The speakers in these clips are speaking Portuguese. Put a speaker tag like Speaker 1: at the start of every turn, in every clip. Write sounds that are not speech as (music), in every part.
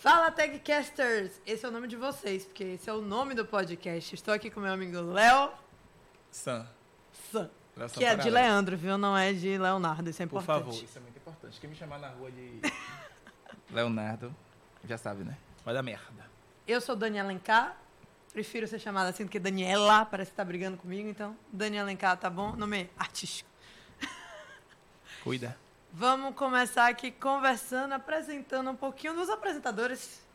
Speaker 1: Fala Tagcasters! Esse é o nome de vocês, porque esse é o nome do podcast. Estou aqui com meu amigo Léo
Speaker 2: Sam.
Speaker 1: San,
Speaker 2: Léo Sam
Speaker 1: que é de
Speaker 2: Parada.
Speaker 1: Leandro, viu? Não é de Leonardo, isso é
Speaker 2: Por
Speaker 1: importante.
Speaker 2: favor, isso é muito importante. Quem me chamar na rua de (laughs) Leonardo, já sabe, né? Vai dar merda.
Speaker 1: Eu sou Dani Alencar. Prefiro ser chamada assim do que Daniela, parece que tá brigando comigo, então Dani Alencar, tá bom? Nome artístico.
Speaker 2: Cuida.
Speaker 1: Vamos começar aqui conversando, apresentando um pouquinho dos apresentadores.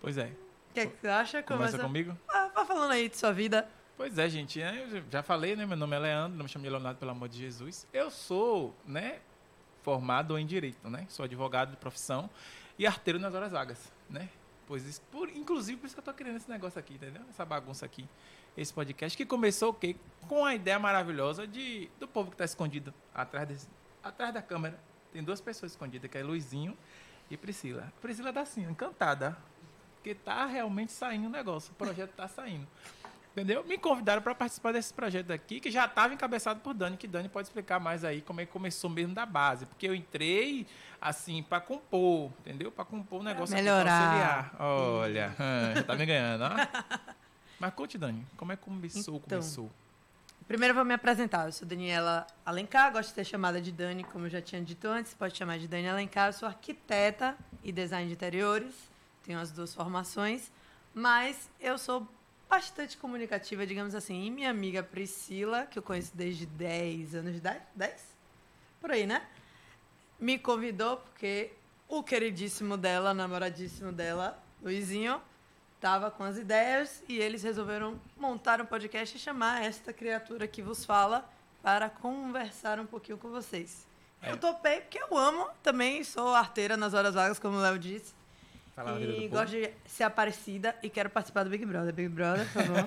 Speaker 2: Pois é.
Speaker 1: O que, é que você acha?
Speaker 2: Começa comigo?
Speaker 1: Ah, vai falando aí de sua vida.
Speaker 2: Pois é, gente. né? Eu já falei, né? Meu nome é Leandro, não me chame de Leonardo, pelo amor de Jesus. Eu sou, né? Formado em Direito, né? Sou advogado de profissão e arteiro nas horas vagas, né? Pois isso, por, inclusive, por isso que eu tô criando esse negócio aqui, entendeu? Essa bagunça aqui. Esse podcast que começou o quê? Com a ideia maravilhosa de, do povo que tá escondido atrás, desse- atrás da câmera. Tem duas pessoas escondidas, que é Luizinho e Priscila. Priscila tá assim, encantada. Porque tá realmente saindo o negócio. O projeto tá saindo. Entendeu? Me convidaram para participar desse projeto aqui, que já estava encabeçado por Dani, que Dani pode explicar mais aí como é que começou mesmo da base. Porque eu entrei, assim, para compor, entendeu? Para compor o negócio aqui, pra
Speaker 1: melhorar.
Speaker 2: auxiliar. Olha, hum, (laughs) já tá me ganhando, ó. Mas conte, Dani, como é que começou,
Speaker 1: Então.
Speaker 2: começou?
Speaker 1: Primeiro eu vou me apresentar. Eu sou Daniela Alencar, gosto de ser chamada de Dani, como eu já tinha dito antes, pode chamar de Dani Alencar. Eu sou arquiteta e design de interiores, tenho as duas formações, mas eu sou bastante comunicativa, digamos assim. E minha amiga Priscila, que eu conheço desde 10 anos de idade, 10? Por aí, né? Me convidou porque o queridíssimo dela, namoradíssimo dela, Luizinho, tava com as ideias e eles resolveram montar um podcast e chamar esta criatura que vos fala para conversar um pouquinho com vocês.
Speaker 2: É.
Speaker 1: Eu topei porque eu amo, também sou arteira nas horas vagas, como o Léo disse.
Speaker 2: Fala a vida do
Speaker 1: e
Speaker 2: povo.
Speaker 1: gosto de ser aparecida e quero participar do Big Brother. Big Brother, por
Speaker 2: (laughs)
Speaker 1: favor.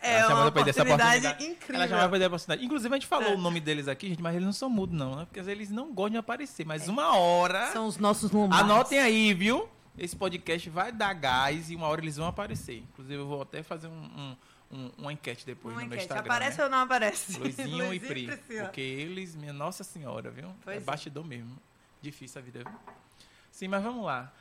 Speaker 1: é
Speaker 2: Ela
Speaker 1: uma
Speaker 2: chamava pra perder essa
Speaker 1: oportunidade,
Speaker 2: Ela chamava pra
Speaker 1: incrível.
Speaker 2: perder a oportunidade. Inclusive, a gente falou
Speaker 1: É.
Speaker 2: o nome deles aqui, gente, mas eles não são mudos, não, né? Porque eles não gostam de aparecer. Mas uma hora.
Speaker 1: É. São os nossos lombardos.
Speaker 2: Anotem aí, viu? Esse podcast vai dar gás e uma hora eles vão aparecer. Inclusive, eu vou até fazer um, um- um- uma enquete depois
Speaker 1: Uma
Speaker 2: no meu
Speaker 1: enquete.
Speaker 2: Instagram.
Speaker 1: Aparece
Speaker 2: né?
Speaker 1: ou não aparece?
Speaker 2: (laughs) Luizinho, e Pri.
Speaker 1: Priscila.
Speaker 2: Porque eles, minha Nossa Senhora, viu?
Speaker 1: Pois
Speaker 2: é
Speaker 1: é.
Speaker 2: bastidor mesmo. Difícil a vida, viu? Sim, mas vamos lá.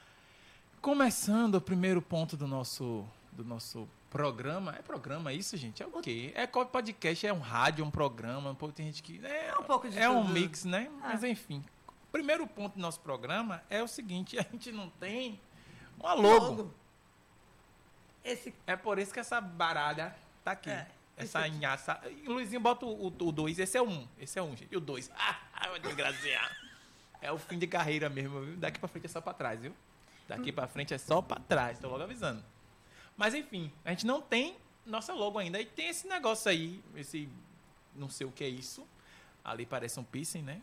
Speaker 2: Começando o primeiro ponto do nosso, do nosso programa. É programa isso, gente? É o quê? É qual podcast? É um rádio, um programa? Um pouco- tem gente que. É,
Speaker 1: um pouco de
Speaker 2: É um
Speaker 1: tudo.
Speaker 2: mix, né?
Speaker 1: Ah.
Speaker 2: Mas enfim. O primeiro ponto do nosso programa é o seguinte: (laughs) a gente não tem uma é logo.
Speaker 1: Logo. Esse
Speaker 2: É por isso que essa baralha tá aqui.
Speaker 1: É,
Speaker 2: Essa inhaça. E, Luizinho, bota o 2. Esse é um. Esse é um, gente. E o 2. (laughs) Ah, vai desgraciar. É o fim de carreira mesmo, viu? Daqui pra frente é só pra trás, viu? Daqui pra frente é só pra trás. Tô logo avisando. Mas, enfim. A gente não tem nossa logo ainda. E tem esse negócio aí. Esse... Não sei o que é isso. Ali parece um piercing, né?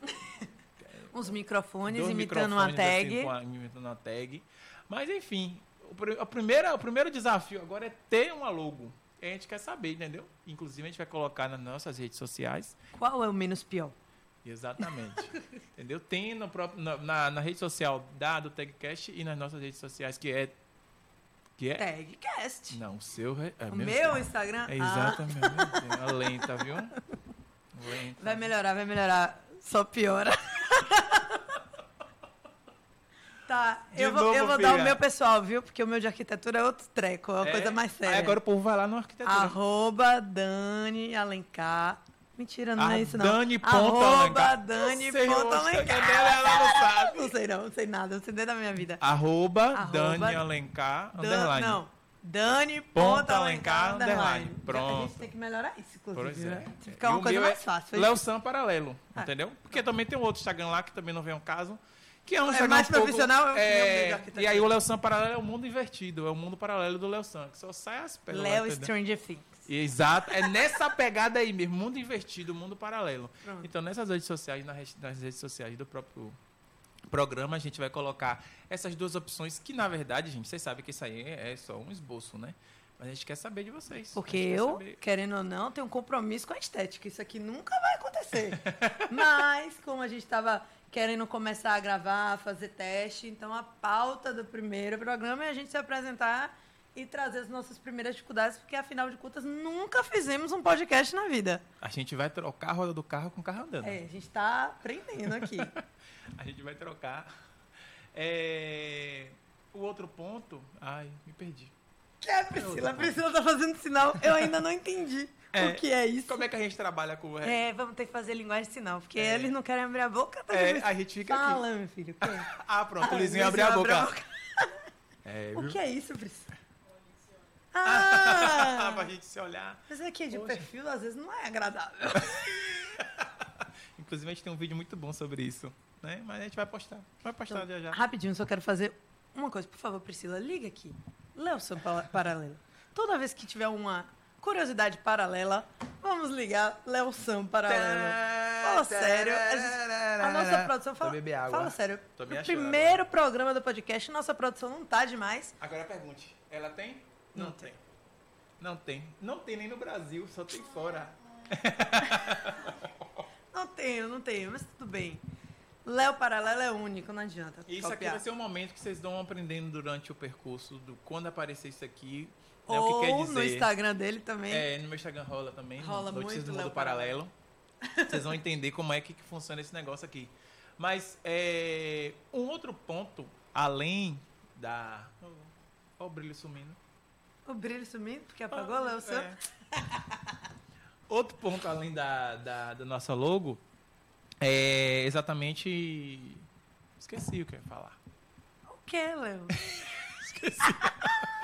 Speaker 1: uns microfones
Speaker 2: Dois
Speaker 1: imitando uma
Speaker 2: microfones,
Speaker 1: tag.
Speaker 2: assim, com a- imitando uma tag. Mas enfim, o, pri- a primeira, o primeiro desafio agora é ter uma logo. E A gente quer saber, entendeu? Inclusive, a gente vai colocar nas nossas redes sociais.
Speaker 1: Qual é o menos pior? (laughs)
Speaker 2: Exatamente. entendeu? Tem no próprio, na, na, na rede social da, do TagCast e nas nossas redes sociais, que é. Que é?
Speaker 1: Tagcast.
Speaker 2: Não, o seu. re- É
Speaker 1: o
Speaker 2: mesmo?
Speaker 1: meu Instagram.
Speaker 2: É
Speaker 1: ah,
Speaker 2: exatamente. meu Deus, é lenta,
Speaker 1: (laughs)
Speaker 2: viu? Lenta.
Speaker 1: vai melhorar, vai melhorar. Só piora. (laughs) tá,
Speaker 2: De
Speaker 1: eu vou,
Speaker 2: novo,
Speaker 1: eu vou dar o
Speaker 2: filha.
Speaker 1: meu pessoal, viu? Porque o meu de arquitetura é outro treco, é uma
Speaker 2: É,
Speaker 1: coisa mais séria. Ah,
Speaker 2: Aí agora o povo vai lá no arquitetura.
Speaker 1: Arroba Dani Alencar. Mentira, não
Speaker 2: A
Speaker 1: é isso não.
Speaker 2: Ah, Dani ponta
Speaker 1: Arroba
Speaker 2: Alencar.
Speaker 1: Dani
Speaker 2: Eu sei é o
Speaker 1: ponta
Speaker 2: Instagram
Speaker 1: Alencar.
Speaker 2: dela, ela não sabe.
Speaker 1: Não sei não, não sei nada, não sei nada da minha vida.
Speaker 2: Arroba,
Speaker 1: Arroba,
Speaker 2: Dani Alencar,
Speaker 1: Dan-
Speaker 2: underline.
Speaker 1: Não. Dani
Speaker 2: Ponto
Speaker 1: ponta Alencar,
Speaker 2: Alencar,
Speaker 1: underline.
Speaker 2: underline.
Speaker 1: A
Speaker 2: Pronto.
Speaker 1: gente tem que melhorar isso, inclusive.
Speaker 2: Pois é.
Speaker 1: né? Se ficar
Speaker 2: E
Speaker 1: uma
Speaker 2: o
Speaker 1: coisa
Speaker 2: meu é
Speaker 1: mais fácil.
Speaker 2: Léo Sam paralelo,
Speaker 1: Ah.
Speaker 2: entendeu? Porque também tem um outro Instagram lá que também não vem ao caso. Que é um
Speaker 1: É
Speaker 2: Instagram
Speaker 1: mais
Speaker 2: um pouco-
Speaker 1: profissional, eu- eu
Speaker 2: é,
Speaker 1: brigo aqui
Speaker 2: E
Speaker 1: também.
Speaker 2: aí o Léo Sam paralelo é o mundo invertido, é o mundo paralelo do Léo Sam, que só sai as pedras. lá,
Speaker 1: Léo
Speaker 2: entendeu?
Speaker 1: Stranger Things.
Speaker 2: Exato, é nessa pegada aí mesmo, mundo invertido, mundo paralelo.
Speaker 1: Pronto.
Speaker 2: Então, nessas redes sociais, nas redes, nas redes sociais do próprio programa, a gente vai colocar essas duas opções, que na verdade, gente, vocês sabem que isso aí é só um esboço, né? Mas a gente quer saber de vocês.
Speaker 1: Porque
Speaker 2: A gente quer
Speaker 1: eu,
Speaker 2: saber.
Speaker 1: querendo ou não, tenho um compromisso com a estética. Isso aqui nunca vai acontecer.
Speaker 2: (laughs)
Speaker 1: Mas, como a gente estava querendo começar a gravar, fazer teste, então a pauta do primeiro programa é a gente se apresentar e trazer as nossas primeiras dificuldades, porque afinal de contas nunca fizemos um podcast na vida.
Speaker 2: A gente vai trocar a roda do carro com o carro andando.
Speaker 1: É, a gente tá aprendendo aqui.
Speaker 2: A gente vai trocar. É, outro ponto, ai, me perdi.
Speaker 1: Que é, Priscila? A Priscila tá fazendo sinal. Eu ainda não entendi
Speaker 2: É.
Speaker 1: o que é isso.
Speaker 2: Como é que a gente trabalha com o resto?
Speaker 1: É, vamos ter que fazer linguagem de sinal, porque
Speaker 2: É.
Speaker 1: eles não querem abrir a boca. tá
Speaker 2: É,
Speaker 1: vendo?
Speaker 2: a gente fica aqui.
Speaker 1: Fala, meu
Speaker 2: (laughs)
Speaker 1: filho. conta.
Speaker 2: Ah, pronto, o
Speaker 1: Ah,
Speaker 2: Luizinho abriu a boca. É,
Speaker 1: O
Speaker 2: viu?
Speaker 1: que é isso,
Speaker 2: (laughs)
Speaker 1: Priscila?
Speaker 2: pra
Speaker 1: Ah!
Speaker 2: gente se olhar.
Speaker 1: Mas aqui de
Speaker 2: Poxa.
Speaker 1: perfil às vezes não é agradável.
Speaker 2: Inclusive, a gente tem um vídeo muito bom sobre isso, né? Mas a gente vai postar. Vai postar
Speaker 1: Então,
Speaker 2: já já.
Speaker 1: Rapidinho, só quero fazer uma coisa. Por favor, Priscila, liga aqui. Lê o seu pa- paralelo. Toda vez que tiver uma curiosidade paralela, vamos ligar Léo Sam paralelo. Fala sério. A, gente- a nossa produção
Speaker 2: Vou
Speaker 1: fala,
Speaker 2: beber água.
Speaker 1: fala sério.
Speaker 2: Tô me
Speaker 1: no
Speaker 2: achando
Speaker 1: primeiro programa do podcast, nossa produção não tá demais.
Speaker 2: Agora pergunte, ela tem?
Speaker 1: Não
Speaker 2: tem. Não tem. Não tem nem no Brasil, só tem fora.
Speaker 1: Não tenho, não tenho, mas tudo bem. Léo paralelo é único, não adianta.
Speaker 2: E isso aqui
Speaker 1: copiar.
Speaker 2: vai ser um momento que vocês vão aprendendo durante o percurso do quando aparecer isso aqui, né,
Speaker 1: Ou
Speaker 2: o que quer dizer.
Speaker 1: no Instagram dele também.
Speaker 2: É, no meu Instagram rola também.
Speaker 1: Rola
Speaker 2: Notícias
Speaker 1: muito,
Speaker 2: do Mundo
Speaker 1: Léo
Speaker 2: Paralelo.
Speaker 1: (laughs)
Speaker 2: Vocês vão entender como é que, que funciona esse negócio aqui. Mas é, um outro ponto, além da. Olha o brilho sumindo.
Speaker 1: O brilho sumindo, porque apagou Léo Sam.
Speaker 2: É. (laughs) Outro ponto além da, da, da nossa logo é exatamente. Esqueci o que eu ia falar.
Speaker 1: O que,
Speaker 2: (laughs)
Speaker 1: Léo?
Speaker 2: Esqueci.
Speaker 1: (laughs)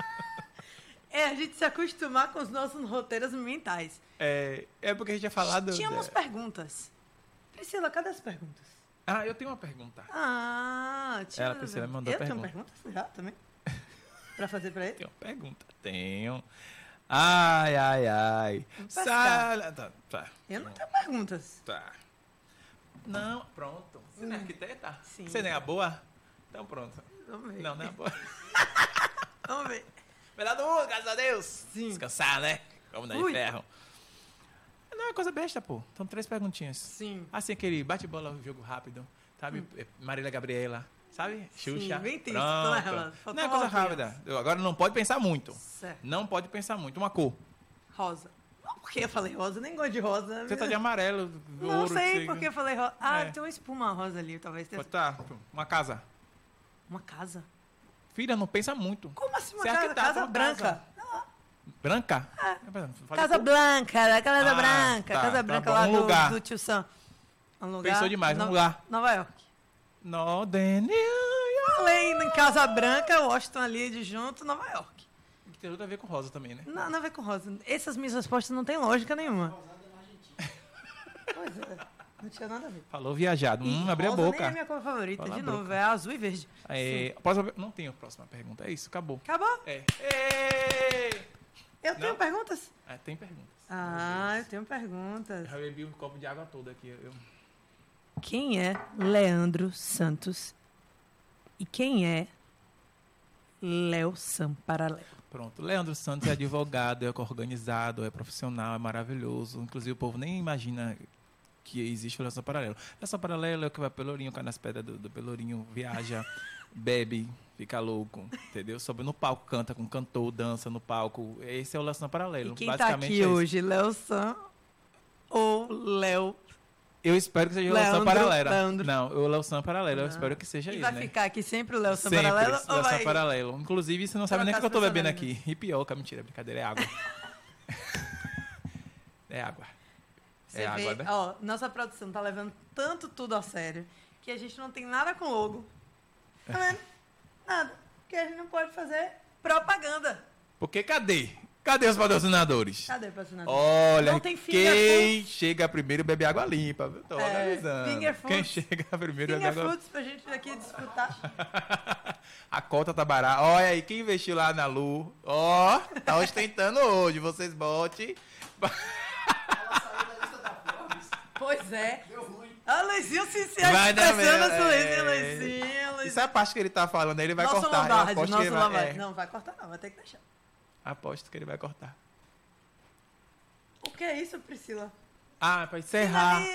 Speaker 1: É a gente se acostumar com os nossos roteiros mentais.
Speaker 2: É, é porque a gente é, ia falar do.
Speaker 1: Tínhamos
Speaker 2: da-
Speaker 1: perguntas. Priscila, cadê as perguntas?
Speaker 2: Ah, eu tenho uma pergunta.
Speaker 1: Ah, tinha.
Speaker 2: Ela, Priscila, mandou
Speaker 1: Eu tenho
Speaker 2: pergunta.
Speaker 1: perguntas já
Speaker 2: (laughs)
Speaker 1: também? pra fazer pra ele?
Speaker 2: Tenho uma pergunta. Tenho. Ai, ai, ai.
Speaker 1: pescar.
Speaker 2: Sala. Tá, tá.
Speaker 1: Eu não tenho perguntas.
Speaker 2: Tá. Não, pronto. Você não é arquiteta?
Speaker 1: Sim.
Speaker 2: Você não é a boa? Então pronto.
Speaker 1: Vamos ver.
Speaker 2: Não, não é a boa. (laughs)
Speaker 1: Vamos ver.
Speaker 2: Melhor do mundo, graças a Deus.
Speaker 1: Sim.
Speaker 2: Descansar, né? Como não
Speaker 1: Ui.
Speaker 2: de ferro. Não, é uma coisa besta, pô. São três perguntinhas.
Speaker 1: Sim.
Speaker 2: Assim, aquele bate-bola, jogo rápido, sabe? É, Marília Gabriela, sabe?
Speaker 1: Hum. Sim,
Speaker 2: Xuxa.
Speaker 1: bem triste,
Speaker 2: Pronto.
Speaker 1: né, Relan? Faltou
Speaker 2: Não, é coisa
Speaker 1: uma
Speaker 2: rápida. Eu- Agora não pode pensar muito.
Speaker 1: Certo.
Speaker 2: Não pode pensar muito. Uma cor.
Speaker 1: Rosa. Não, Por que eu falei rosa? Eu Nem gosto de rosa.
Speaker 2: Você tá de amarelo,
Speaker 1: Não
Speaker 2: ouro.
Speaker 1: sei porque eu falei rosa. Ah,
Speaker 2: É.
Speaker 1: tem uma espuma rosa ali, talvez tenha.
Speaker 2: Pô, Tá, uma casa.
Speaker 1: Uma casa?
Speaker 2: Filha, não pensa muito.
Speaker 1: Como assim uma
Speaker 2: Você é
Speaker 1: casa?
Speaker 2: arquiteta,
Speaker 1: Casa
Speaker 2: uma
Speaker 1: branca.
Speaker 2: casa. Branca? Falei,
Speaker 1: É. Casa
Speaker 2: pô,
Speaker 1: Branca, da Casa
Speaker 2: Ah,
Speaker 1: Branca,
Speaker 2: tá,
Speaker 1: Casa
Speaker 2: tá
Speaker 1: Branca
Speaker 2: bom.
Speaker 1: lá
Speaker 2: Um
Speaker 1: do,
Speaker 2: lugar.
Speaker 1: do tio Sam. Um lugar.
Speaker 2: Pensou demais, um
Speaker 1: No-
Speaker 2: lugar.
Speaker 1: Nova York.
Speaker 2: Northern New York.
Speaker 1: Além em Casa Branca, Washington ali de junto, Nova York.
Speaker 2: Que Tem tudo a ver com rosa também, né?
Speaker 1: Não, nada a ver com Rosa. Essas minhas respostas não tem lógica nenhuma. Pois é, não tinha nada a ver.
Speaker 2: Falou viajado. Hum,
Speaker 1: E
Speaker 2: abriu a
Speaker 1: rosa
Speaker 2: boca.
Speaker 1: Nem é minha cor favorita,
Speaker 2: Fala
Speaker 1: de
Speaker 2: a
Speaker 1: novo, é azul e verde.
Speaker 2: É, próxima- não tenho próxima pergunta. É isso, acabou.
Speaker 1: Acabou?
Speaker 2: É. Ê!
Speaker 1: Eu tenho
Speaker 2: Não.
Speaker 1: perguntas?
Speaker 2: Ah, tem perguntas.
Speaker 1: Ah, eu tenho
Speaker 2: Eu
Speaker 1: perguntas.
Speaker 2: já bebi um copo de água toda aqui. Eu...
Speaker 1: Quem é Leandro Santos? E quem é Léo Sam Paralelo?
Speaker 2: Pronto. Leandro Santos é advogado, é organizado, é profissional, é maravilhoso. Inclusive, o povo nem imagina que existe o Leandro Paralelo. Leandro Paralelo é o que vai pro Pelourinho, cai nas pedras do, do Pelourinho,
Speaker 1: (laughs)
Speaker 2: viaja, bebe, fica louco, entendeu? Sobe no palco, canta com cantor, dança no palco. Esse é o Leandro Paralelo.
Speaker 1: E quem tá
Speaker 2: Basicamente é
Speaker 1: aqui
Speaker 2: isso.
Speaker 1: hoje, Léo Sam ou Léo?
Speaker 2: Eu espero que seja o Leandro
Speaker 1: Leandro-
Speaker 2: Paralelo.
Speaker 1: Leandro.
Speaker 2: Não, o Leandro Paralelo, eu
Speaker 1: Não.
Speaker 2: espero que seja
Speaker 1: E
Speaker 2: isso,
Speaker 1: vai
Speaker 2: né?
Speaker 1: ficar aqui sempre o Léo Sam
Speaker 2: Sempre,
Speaker 1: Paralelo?
Speaker 2: esse
Speaker 1: Ou
Speaker 2: Leandro
Speaker 1: vai... tá
Speaker 2: Paralelo. Inclusive, você não sabe nem o
Speaker 1: Trocar
Speaker 2: que eu tô
Speaker 1: as
Speaker 2: bebendo aqui. E pioca, mentira, brincadeira, é água. (laughs) é água.
Speaker 1: Você
Speaker 2: é
Speaker 1: vê,
Speaker 2: água, né?
Speaker 1: ó, nossa produção tá levando tanto tudo a sério que a gente não tem nada com logo. Tá
Speaker 2: É.
Speaker 1: vendo? Nada. Porque a gente não pode fazer propaganda.
Speaker 2: Porque cadê? Cadê os patrocinadores?
Speaker 1: Cadê o patrocinador?
Speaker 2: Olha,
Speaker 1: Não tem finger
Speaker 2: quem chega primeiro bebe água limpa. viu? Tô
Speaker 1: É,
Speaker 2: organizando.
Speaker 1: finger
Speaker 2: Quem
Speaker 1: foods.
Speaker 2: chega (laughs) primeiro bebe
Speaker 1: Finger
Speaker 2: água
Speaker 1: Fruits pra gente aqui
Speaker 2: (laughs)
Speaker 1: disputar.
Speaker 2: A cota tá barata. Olha aí, quem investiu lá na Lu, ó, tá ostentando hoje. Vocês bote.
Speaker 1: Pois é. A Luizinho se, se
Speaker 2: Vai dar
Speaker 1: expressando
Speaker 2: merda,
Speaker 1: essa Luizinha,
Speaker 2: é.
Speaker 1: Luizinha,
Speaker 2: Isso
Speaker 1: Luizinha.
Speaker 2: é a parte que ele tá falando, ele vai
Speaker 1: nosso
Speaker 2: cortar. Eu
Speaker 1: Lombardi,
Speaker 2: aposto que
Speaker 1: nosso
Speaker 2: ele vai-
Speaker 1: Lombardi.
Speaker 2: é,
Speaker 1: Não, vai cortar não, vai ter que deixar.
Speaker 2: aposto que ele vai cortar.
Speaker 1: O que é isso, Priscila?
Speaker 2: Ah, pra encerrar.